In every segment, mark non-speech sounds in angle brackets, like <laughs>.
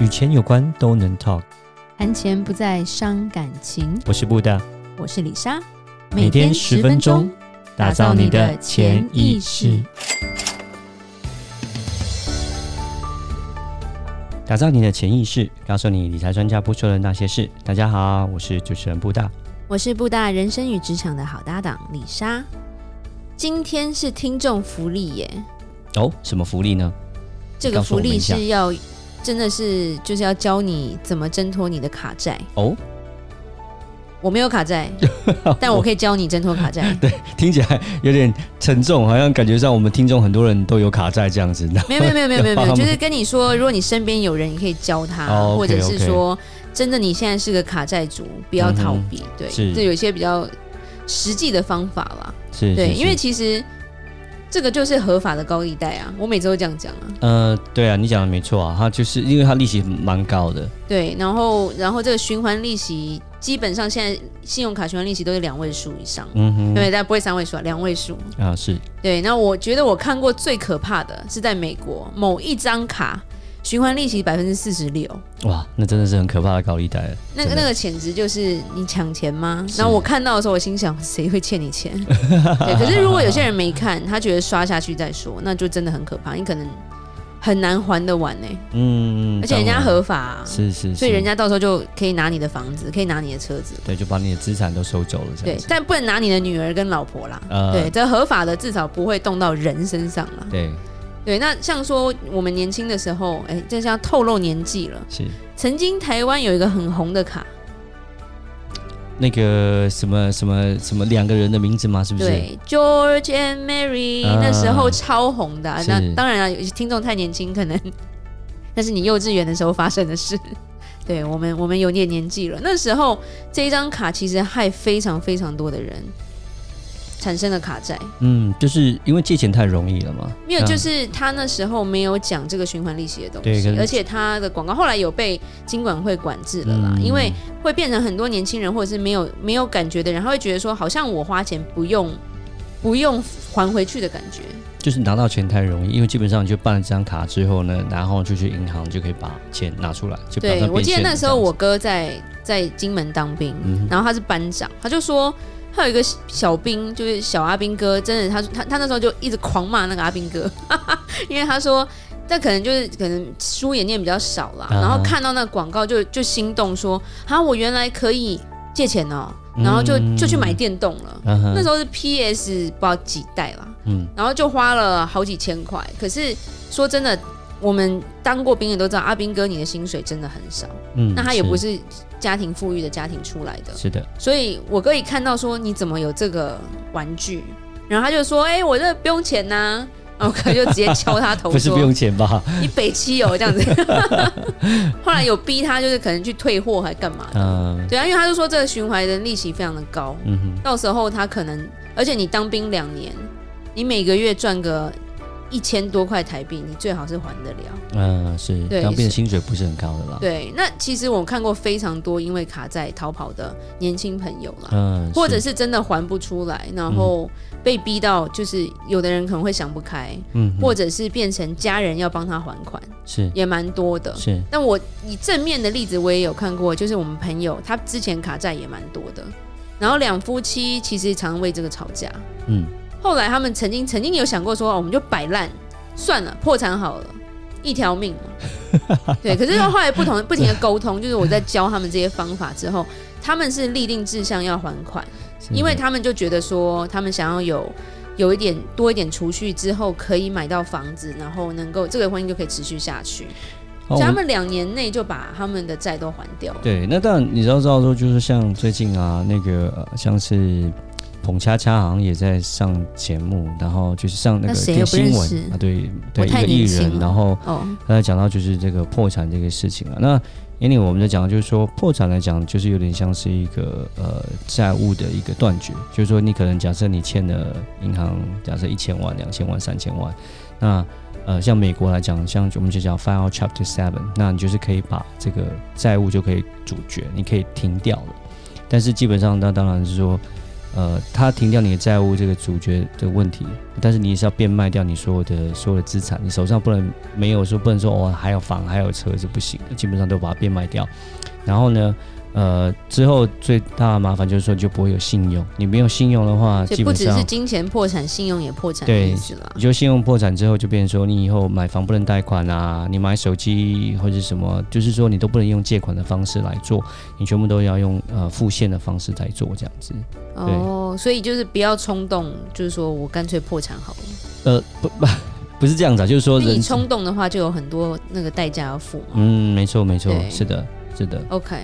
与钱有关都能 talk。谈钱不再伤感情。我是布大，我是李莎，每天十分钟，打造你的潜意识，打造你的潜意识，告诉你理财专家不说的那些事。大家好，我是主持人布大。我是布大人生与职场的好搭档李莎。今天是听众福利耶，哦，什么福利呢？这个告诉福我们利一下是要真的是就是要教你怎么挣脱你的卡债。哦，我没有 <laughs> 卡债，但我可以教你挣脱卡债。听起来有点沉重，好像感觉上我们听众很多人都有卡债这样子。 <laughs> 那没有没有没有没有没要有没帮有，他们就是跟你说，如果你身边有人，你可以教他，哦，OK，或者是 OK 说真的你现在是个卡债族，不要逃避。对，是这有一些比较实际的方法啦。是对，是因为是其实这个就是合法的高利贷啊，我每周都这样讲啊。呃，对啊，你讲的没错啊，它就是因为它利息蛮高的，对，然后然后这个循环利息，基本上现在信用卡循环利息都是两位数以上，嗯哼，对，但不会三位数啊，两位数。啊是，对，那我觉得我看过最可怕的是在美国某一张卡循环利息百分之四十六。哇，那真的是很可怕的高利贷了。那个真的那个简直就是你抢钱吗？是然后我看到的时候，我心想谁会欠你钱？ <laughs> 对，可是如果有些人没看，他觉得刷下去再说，那就真的很可怕，你可能很难还得完呢、欸嗯，而且人家当然合法、啊，是是是，所以人家到时候就可以拿你的房子，可以拿你的车子，对就把你的资产都收走了，这对样，子。但不能拿你的女儿跟老婆啦。呃对，这合法的至少不会动到人身上啦。对对，那像说我们年轻的时候，哎、这是要透露年纪了。是曾经台湾有一个很红的卡，那个什么什么什么两个人的名字吗？是不是？对，George and Mary、啊那时候超红的啊、是那当然了，有些听众太年轻，可能 <laughs> 那是你幼稚园的时候发生的事。 <laughs> 对我们，我们有点年纪了。那时候这一张卡其实害非常非常多的人产生了卡债，嗯，就是因为借钱太容易了嘛。啊没有，那就是他那时时候没有讲这个循环利息的嗯东对西可，是而且他的广告后来有被金管会管制了啦，嗯因为会变成很多年轻人或者是没有没有感觉的人，他会觉得说好像我花钱不用不用还回去的感觉。就是拿到钱太容易，因为基本上你就办了这张卡之后呢，然后就去银行就可以把钱拿出来，就不要对再我变记得现了那时候这我样子哥在在金门当兵，嗯然后他是班长，他就说。他有一个小兵，就是小阿兵哥，真的他，他他那时候就一直狂骂那个阿兵哥， <laughs> 因为他说，但可能就是可能书也念比较少啦，啊哈然后看到那广告就就心动说，啊，我原来可以借钱哦、然后就就去买电动了。嗯哼那时候是 PS 不知道几代啦，嗯然后就花了好几千块。可是说真的，我们当过兵的都知道，阿兵哥你的薪水真的很少，嗯，那他也不是家庭富裕的家庭出来的，是的，所以我哥一看到说你怎么有这个玩具，然后他就说：“哎、我这不用钱呐、然后我哥就直接敲他头 <laughs> 不是不说用钱 <laughs> 吧？：“你北七哦，这样子。” <laughs> 后来有逼他，就是可能去退货还干嘛的？嗯对啊，因为他就说这个循环的利息非常的高，嗯哼，到时候他可能，而且你当兵两年，你每个月赚个一千多块台币，你最好是还得了。嗯是，对当兵的是薪水不是很高的啦。对，那其实我看过非常多因为卡债逃跑的年轻朋友啦，嗯，或者是真的还不出来，然后被逼到，就是有的人可能会想不开，嗯或者是变成家人要帮他还款，是也蛮多的。是但我以正面的例子我也有看过，就是我们朋友他之前卡债也蛮多的，然后两夫妻其实常为这个吵架，嗯后来他们曾经曾经有想过说，哦我们就摆烂算了，破产好了，一条命嘛。 <laughs> 对，可是后来不同不停的沟通，就是我在教他们这些方法之后，他们是立定志向要还款，是因为他们就觉得说，他们想要有有一点多一点储蓄之后，可以买到房子，然后能够这个婚姻就可以持续下去。哦所以我他们们两年内就把他们的债都还掉了。对，那当然你要知道说，就是像最近啊，那个、呃、像是彭恰恰好像也在上节目，然后就是上那那个谁电又不认新闻识啊，对对，一太个艺年轻人，了然后哦，他在讲到就是这个破产这个事情啊，那。anyway，我们在讲，就是说破产来讲，就是有点像是一个呃债务的一个断绝，就是说你可能假设你欠了银行，假设一千万、两千万、三千万，那呃像美国来讲，像我们就叫 file chapter seven，那你就是可以把这个债务就可以主决，你可以停掉了。但是基本上，那当然是说，呃，他停掉你的债务这个主角的问题，但是你也是要变卖掉你所有的所有的资产，你手上不能没有说不能说哦还有房还有车这不行的，基本上都把它变卖掉。然后呢，呃，之后最大的麻烦就是说你就不会有信用，你没有信用的话，所基以不本只上是金钱破产，信用也破产的对意思啦你。就信用破产之后，就变成说你以后买房不能贷款啊，你买手机或者是什么，就是说你都不能用借款的方式来做，你全部都要用呃付现的方式来做这样子。哦，所以就是不要冲动，就是说我干脆破产好了。呃，不不不是这样子啊，就是说因为人你冲动的话，就有很多那个代价要付嘛。嗯，没错没错，对是的，是的， OK，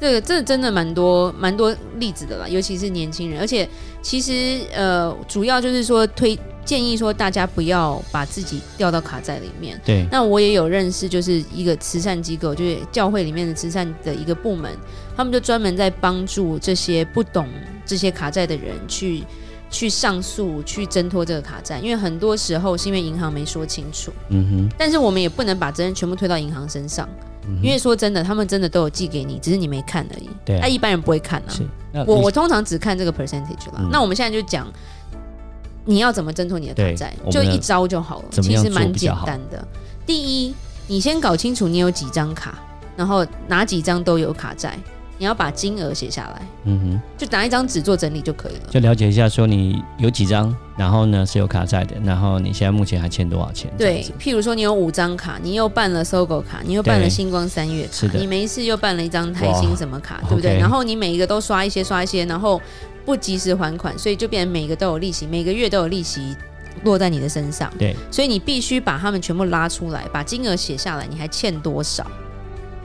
这个这真的蛮多蛮多例子的啦，尤其是年轻人，而且其实呃，主要就是说推建议说大家不要把自己掉到卡债里面。对那我也有认识，就是一个慈善机构，就是教会里面的慈善的一个部门，他们就专门在帮助这些不懂这些卡债的人去去上诉、去挣脱这个卡债，因为很多时候是因为银行没说清楚。嗯但是我们也不能把责任全部推到银行身上，嗯哼因为说真的，他们真的都有寄给你，只是你没看而已。对啊那、一般人不会看哼，啊。是。那我呃你我通常只看这个 percentage 啦。嗯那我们现在就讲，你要怎么挣脱你的卡对债，我们就的一招就好了，怎么其样实做蛮比简较好单的。第一，你先搞清楚你有几张卡，然后哪几张都有卡债，你要把金额写下来，嗯哼。就拿一张纸做整理就可以了。就了解一下，说你有几张，然后呢是有卡债的，然后你现在目前还欠多少钱？这对样子，譬如说你有五张卡，你又办了搜狗卡，你又办了对星光三月卡是，的你没事又办了一张台新什么卡，哇对不对？ OK 然后你每一个都刷一些刷一些，然后不及时还款，所以就变成每个都有利息，每个月都有利息落在你的身上。对，所以你必须把它们全部拉出来，把金额写下来，你还欠多少。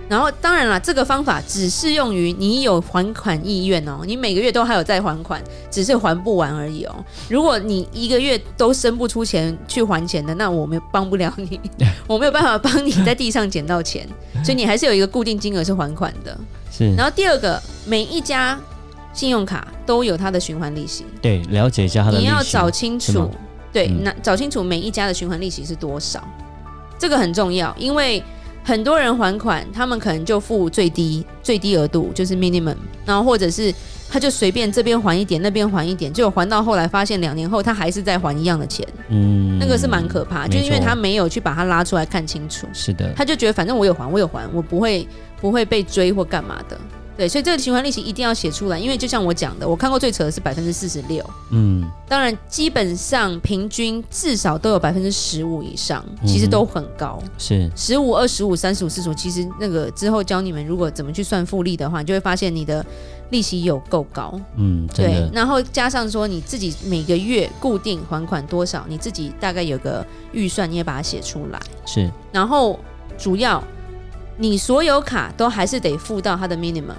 然后当然啦，这个方法只适用于你有还款意愿哦，你每个月都还有在还款，只是还不完而已哦。如果你一个月都生不出钱去还钱的，那我们帮不了 <laughs> 你，我没有办法帮你在地上捡到钱，所以你还是有一个固定金额是还款的。是然，后第二个，每一家信用卡都有它的循环利息，对，了解一下他的你利要息找清是楚吗，对，嗯那、找清楚每一家的循环利息是多少，这个很重要，因为很多人还款，他们可能就付最低最低额度，就是 minimum，然后或者是他就随便这边还一点，那边还一点，结果还到后来发现两年后他还是在还一样的钱，嗯，那个是蛮可怕，没就是因为错他没有去把它拉出来看清楚。是的，他就觉得反正我有还，我有还，我不会不会被追或干嘛的。对，所以这个循环利息一定要写出来，因为就像我讲的，我看过最扯的是百分之四十六，嗯，当然基本上平均至少都有百分之十五以上，嗯哼其实都很高，是十五、二十五、三十五、四十五，其实那个之后教你们如果怎么去算复利的话，你就会发现你的利息有够高。嗯，真对，的，然后加上说你自己每个月固定还款多少，你自己大概有个预算，你也把它写出来。是然后主要你所有卡都还是得付到它的 minimum，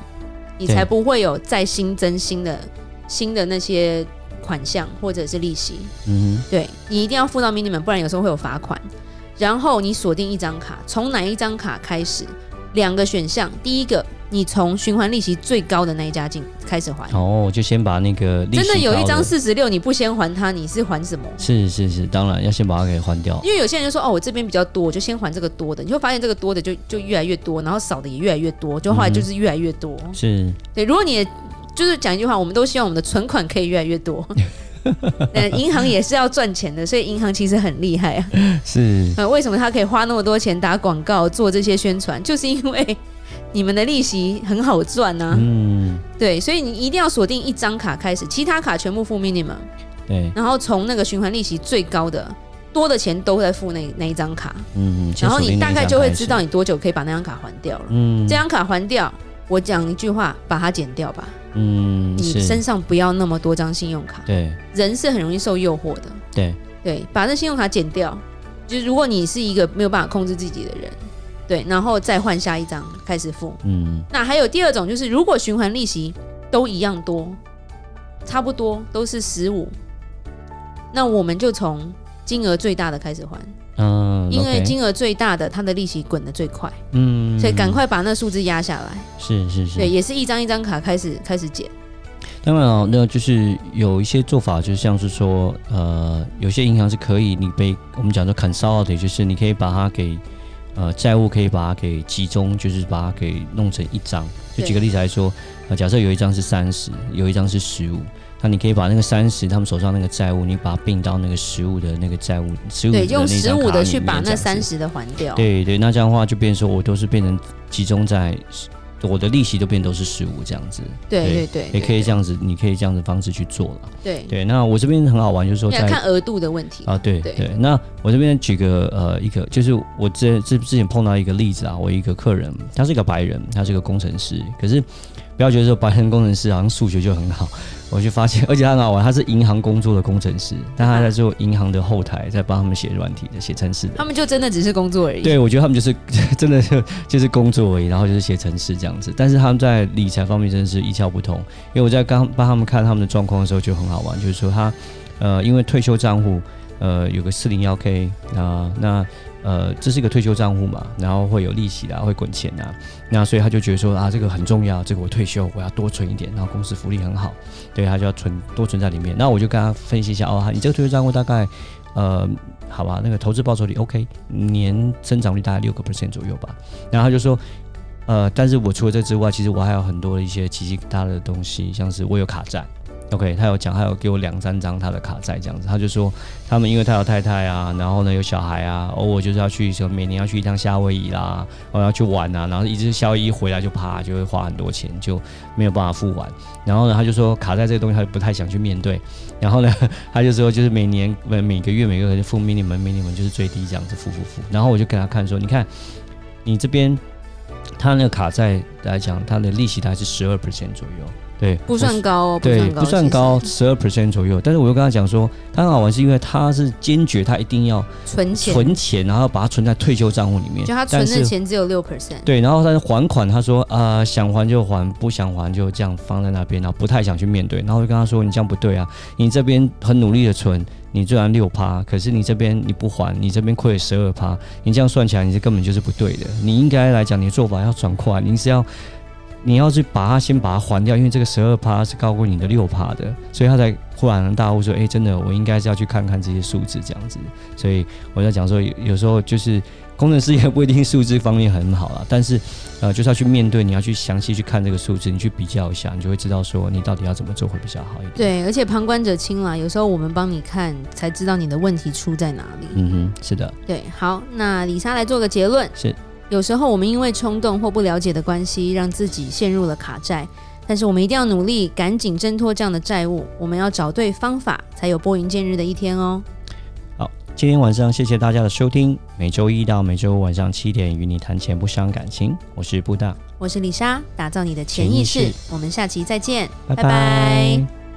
你对才不会有再新增新的新的那些款项或者是利息。嗯对你一定要付到 minimum，不然有时候会有罚款。然后你锁定一张卡，从哪一张卡开始？两个选项，第一个你从循环利息最高的那一家进开始还哼，。哦，就先把那个利息真的有一高张四十六，你不先还它，你是还什么？是是是，当然要先把它给还掉，因为有些人就说哦，我这边比较多，我就先还这个多的，你会发现这个多的就就越来越多，然后少的也越来越多，就后来就是越来越多。是对，如果你的就是讲一句话，我们都希望我们的存款可以越来越多。呃，银行也是要赚钱的，所以银行其实很厉害啊。 <laughs> 是，呃，为什么他可以花那么多钱打广告、做这些宣传，就是因为你们的利息很好赚呐、嗯，对，所以你一定要锁定一张卡开始，其他卡全部付 minimum。对，然后从那个循环利息最高的多的钱都在付那那一张卡，嗯，先然后锁你定那大一概张就会开知始道，你多久可以把那张卡还掉了。嗯这张卡还掉，我讲一句话，把它减掉吧。嗯你身是，上不要那么多张信用卡，对人是很容易受诱惑的。对，对，把那信用卡减掉。就是如果你是一个没有办法控制自己的人，对，然后再换下一张开始付。嗯那还有第二种就是，如果循环利息都一样多，差不多都是十五，那我们就从金额最大的开始还，嗯，因为 OK，金额最大的它的利息滚得最快，嗯，所以赶快把那数字压下来。是是是对，，也是一张一张卡开始开始减。当然哦，那就是有一些做法，就像是说，呃，有些银行是可以你被我们讲说 consolidate，就是你可以把它给呃债务可以把它给集中，就是把它呃给弄成一张。就对举个例子来说，呃，假设有一张是三十，有一张是十五，那你可以把那个三十他们手上那个债务，你把它并到那个十五的那个债务，十五对，用十五的去把那三十。十的还掉。对对，那这样的话就变成说我都是变成集中在我的利息都变都是十五这样子，对对对，也可以这样。样子，你可以这样的方式去做了。对，对，那我这边很好玩，就是说要在看额度的问题。啊，对对对，那我这边举个呃一个，就是我之之之前碰到一个例子啊，我一个客人，他是一个白人，他是一个工程师，可是不要觉得说白人工程师好像数学就很好，我就发现， <laughs> 而且他很好玩，他是银行工作的工程师，但他在做银行的后台，在帮他们写软体的、写程式的。他们就真的只是工作而已。对，我觉得他们就是 <laughs> 真的是就是工作而已，然后就是写程式这样子。但是他们在理财方面真的是一窍不通，因为我在刚帮他们看他们的状况的时候就很好玩，就是说他呃，因为退休账户呃有个四零幺 k 啊，那呃这是一个退休账户嘛，然后会有利息啦，会滚钱啊，那所以他就觉得说啊这个很重要，这个我退休我要多存一点，然后公司福利很好，对他就要存多存在里面。那我就跟他分析一下哦，你这个退休账户大概呃好吧，那个投资报酬率 OK，年增长率大概六个 percent 左右吧。然后他就说，呃，但是我除了这之外，其实我还有很多的一些奇奇他的东西，像是我有卡债。OK，他有讲，他有给我两三张他的卡债这样子，他就说他们因为他有太太啊，然后呢有小孩啊，偶尔就是要去什么每年要去一趟夏威夷啦，然后要去玩啊，然后一直夏威夷一回来就啪就会花很多钱，就没有办法付完。然后呢，他就说卡债这个东西他就不太想去面对。然后呢， <laughs> 他就说，就是每年每每个月每个月付 minimum minimum 就是最低这样子付付付。然后我就给他看说，你看你这边他那个卡债来讲，他的利息大概是十二 percent 左右，对，不算高哦，对，算高，不算高，其实十二 percent 左右。但是我又跟他讲说，他很好玩，是因为他是坚决他一定要存钱，存钱，然后把它存在退休账户里面。就他但存的是钱只有六 percent。对，然后但是还款，他说啊、呃想还就还，不想还就这样放在那边，然后不太想去面对。然后我就跟他说，你这样不对啊，你这边很努力的存，你虽然六趴，可是你这边你不还，你这边亏了十二趴，你这样算起来，你这根本就是不对的。你应该来讲，你的做法要转快，你是要。你要去把它先把它还掉，因为这个十二趴是高过你的六趴的，所以他才忽然大悟说：“哎、真的，我应该是要去看看这些数字这样子。”所以我在讲说，有有时候就是工程师也不一定数字方面很好啦，但是呃，就是要去面对，你要去详细去看这个数字，你去比较一下，你就会知道说你到底要怎么做会比较好一点。，对，而且旁观者清啦，有时候我们帮你看，才知道你的问题出在哪里。嗯哼，是的，对，好，那李莎来做个结论。是，有时候我们因为冲动或不了解的关系，让自己陷入了卡债。但是我们一定要努力，赶紧挣脱这样的债务。我们要找对方法，才有拨云见日的一天哦。今天晚上谢谢大家的收听，每周一到每周五晚上七点与你谈钱不伤感情，我是布大，我是李莎，打造你的潜潜意意识。识我们下期再见，拜拜